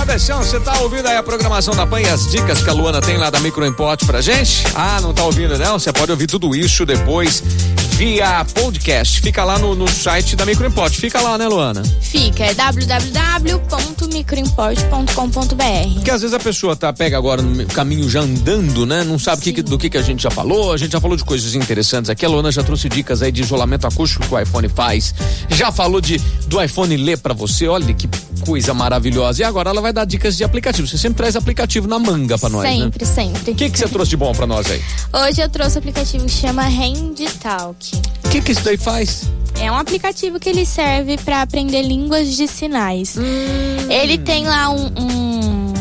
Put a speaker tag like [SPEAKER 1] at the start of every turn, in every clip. [SPEAKER 1] atenção, você tá ouvindo aí a programação da PAN e as dicas que a Luana tem lá da Micro Import pra gente? Ah, não tá ouvindo não? Você pode ouvir tudo isso depois via podcast. Fica lá no, no site da Micro Import. Fica lá, né, Luana?
[SPEAKER 2] Fica, é www.microimport.com.br.
[SPEAKER 1] Porque às vezes a pessoa tá, pega agora no caminho já andando, né? Não sabe que, que- do que, que a gente já falou. A gente já falou de coisas interessantes aqui. A Luana já trouxe dicas aí de isolamento acústico que o iPhone faz. Já falou de do iPhone ler pra você. Olha que coisa maravilhosa. E agora ela vai dar dicas de aplicativo. Você sempre traz aplicativo na manga pra nós, né?
[SPEAKER 2] Sempre, sempre.
[SPEAKER 1] O que, que você trouxe de bom pra nós aí?
[SPEAKER 2] Hoje eu trouxe um aplicativo que chama Handitalk.
[SPEAKER 1] O que, que isso daí faz?
[SPEAKER 2] É um aplicativo que ele serve para aprender línguas de sinais.
[SPEAKER 1] Hum.
[SPEAKER 2] Ele tem lá um, um,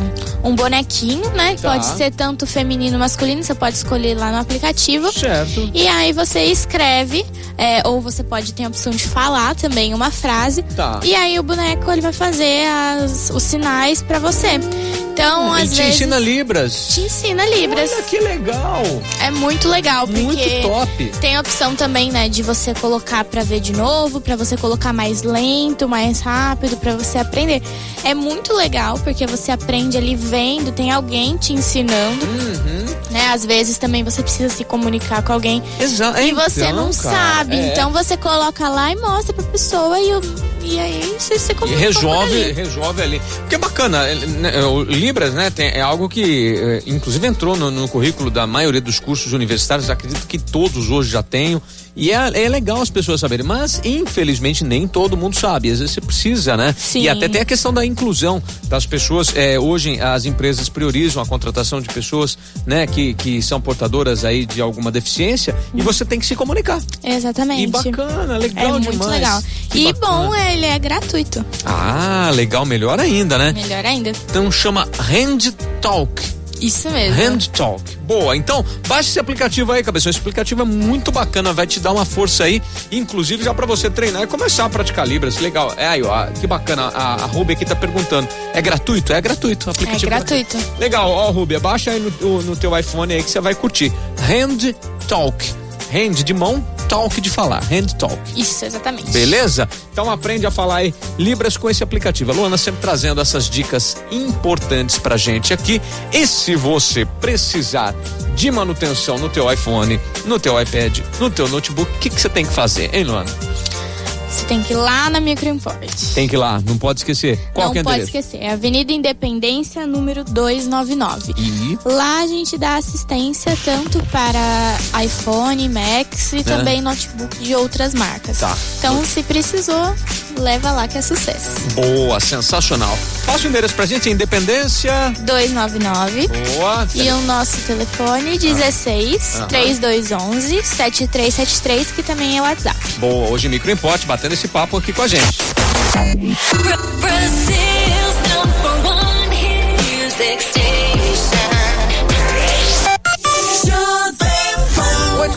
[SPEAKER 2] um bonequinho, né? Que
[SPEAKER 1] Tá.
[SPEAKER 2] pode ser tanto feminino, masculino. Você pode escolher lá no aplicativo.
[SPEAKER 1] Certo.
[SPEAKER 2] E aí você escreve, é, ou você pode ter a opção de falar também uma frase.
[SPEAKER 1] Tá.
[SPEAKER 2] E aí o boneco ele vai fazer as- os sinais pra você. Então,
[SPEAKER 1] Ele
[SPEAKER 2] às
[SPEAKER 1] te
[SPEAKER 2] vezes
[SPEAKER 1] ensina Libras.
[SPEAKER 2] te ensina libras.
[SPEAKER 1] Olha que legal.
[SPEAKER 2] É muito legal porque
[SPEAKER 1] Muito top.
[SPEAKER 2] tem a opção também, né, de você colocar pra ver de novo, pra você colocar mais lento, mais rápido, pra você aprender. É muito legal porque você aprende ali vendo, tem alguém te ensinando,
[SPEAKER 1] Uhum.
[SPEAKER 2] né? Às vezes também você precisa se comunicar com alguém
[SPEAKER 1] Exato.
[SPEAKER 2] e você não sabe.
[SPEAKER 1] é.
[SPEAKER 2] Então você coloca lá e mostra pra pessoa e, o- e aí você tá se
[SPEAKER 1] E
[SPEAKER 2] comunica. por
[SPEAKER 1] resolve,
[SPEAKER 2] ali.
[SPEAKER 1] resolve ali. Porque é bacana, ele, né, o Libras, né, tem- é algo que, eh, inclusive, entrou no, no currículo da maioria dos cursos universitários, acredito que todos hoje já tenham. E é, é legal as pessoas saberem, mas infelizmente nem todo mundo sabe. Às vezes você precisa, né?
[SPEAKER 2] Sim.
[SPEAKER 1] E até tem a questão da inclusão das pessoas. eh, hoje as empresas priorizam a contratação de pessoas, né, que, que são portadoras aí de alguma deficiência. E você tem que se comunicar.
[SPEAKER 2] Exatamente.
[SPEAKER 1] E bacana,
[SPEAKER 2] Uhum. é
[SPEAKER 1] legal
[SPEAKER 2] muito
[SPEAKER 1] demais.
[SPEAKER 2] legal.
[SPEAKER 1] Que
[SPEAKER 2] E
[SPEAKER 1] bacana.
[SPEAKER 2] bom, ele é gratuito.
[SPEAKER 1] Ah, legal, melhor ainda, né?
[SPEAKER 2] Melhor ainda.
[SPEAKER 1] Então chama Hand Talk.
[SPEAKER 2] Isso mesmo.
[SPEAKER 1] Hand Talk. Boa, então baixa esse aplicativo aí, cabeção. Esse aplicativo é muito bacana, vai te dar uma força aí, inclusive já pra você treinar e começar a praticar Libras. Legal. É aí, ó, que bacana. A, a Ruby aqui tá perguntando. É gratuito? É gratuito o
[SPEAKER 2] É
[SPEAKER 1] aplicativo.
[SPEAKER 2] gratuito.
[SPEAKER 1] Legal, ó, Rubia, baixa aí no, o- no teu iPhone aí que você vai curtir. Hand Talk. Hand de mão, talk de falar. Hand Talk.
[SPEAKER 2] Isso, exatamente.
[SPEAKER 1] Beleza? Então aprende a falar aí Libras com esse aplicativo. A Luana sempre trazendo essas dicas importantes pra gente aqui. E se você precisar de manutenção no teu iPhone, no teu iPad, no teu notebook, o que, que você tem que fazer, hein, Luana?
[SPEAKER 2] Você tem que ir lá na Microimport.
[SPEAKER 1] Tem que ir lá, não pode esquecer. Qual
[SPEAKER 2] Não
[SPEAKER 1] que é o
[SPEAKER 2] pode
[SPEAKER 1] endereço?
[SPEAKER 2] esquecer. É Avenida Independência, número 299.
[SPEAKER 1] E
[SPEAKER 2] Lá a gente dá assistência tanto para iPhone, Max e também notebook de outras marcas.
[SPEAKER 1] Tá.
[SPEAKER 2] Então, se precisou, leva lá que é sucesso.
[SPEAKER 1] boa, sensacional. Passa o endereço pra gente, Independência.
[SPEAKER 2] 299.
[SPEAKER 1] Boa.
[SPEAKER 2] E o nosso telefone 16
[SPEAKER 1] Aham.
[SPEAKER 2] 3211 7373, que também é WhatsApp.
[SPEAKER 1] Boa, hoje Micro Import batendo esse papo aqui com a gente.
[SPEAKER 3] Bra- Brazil.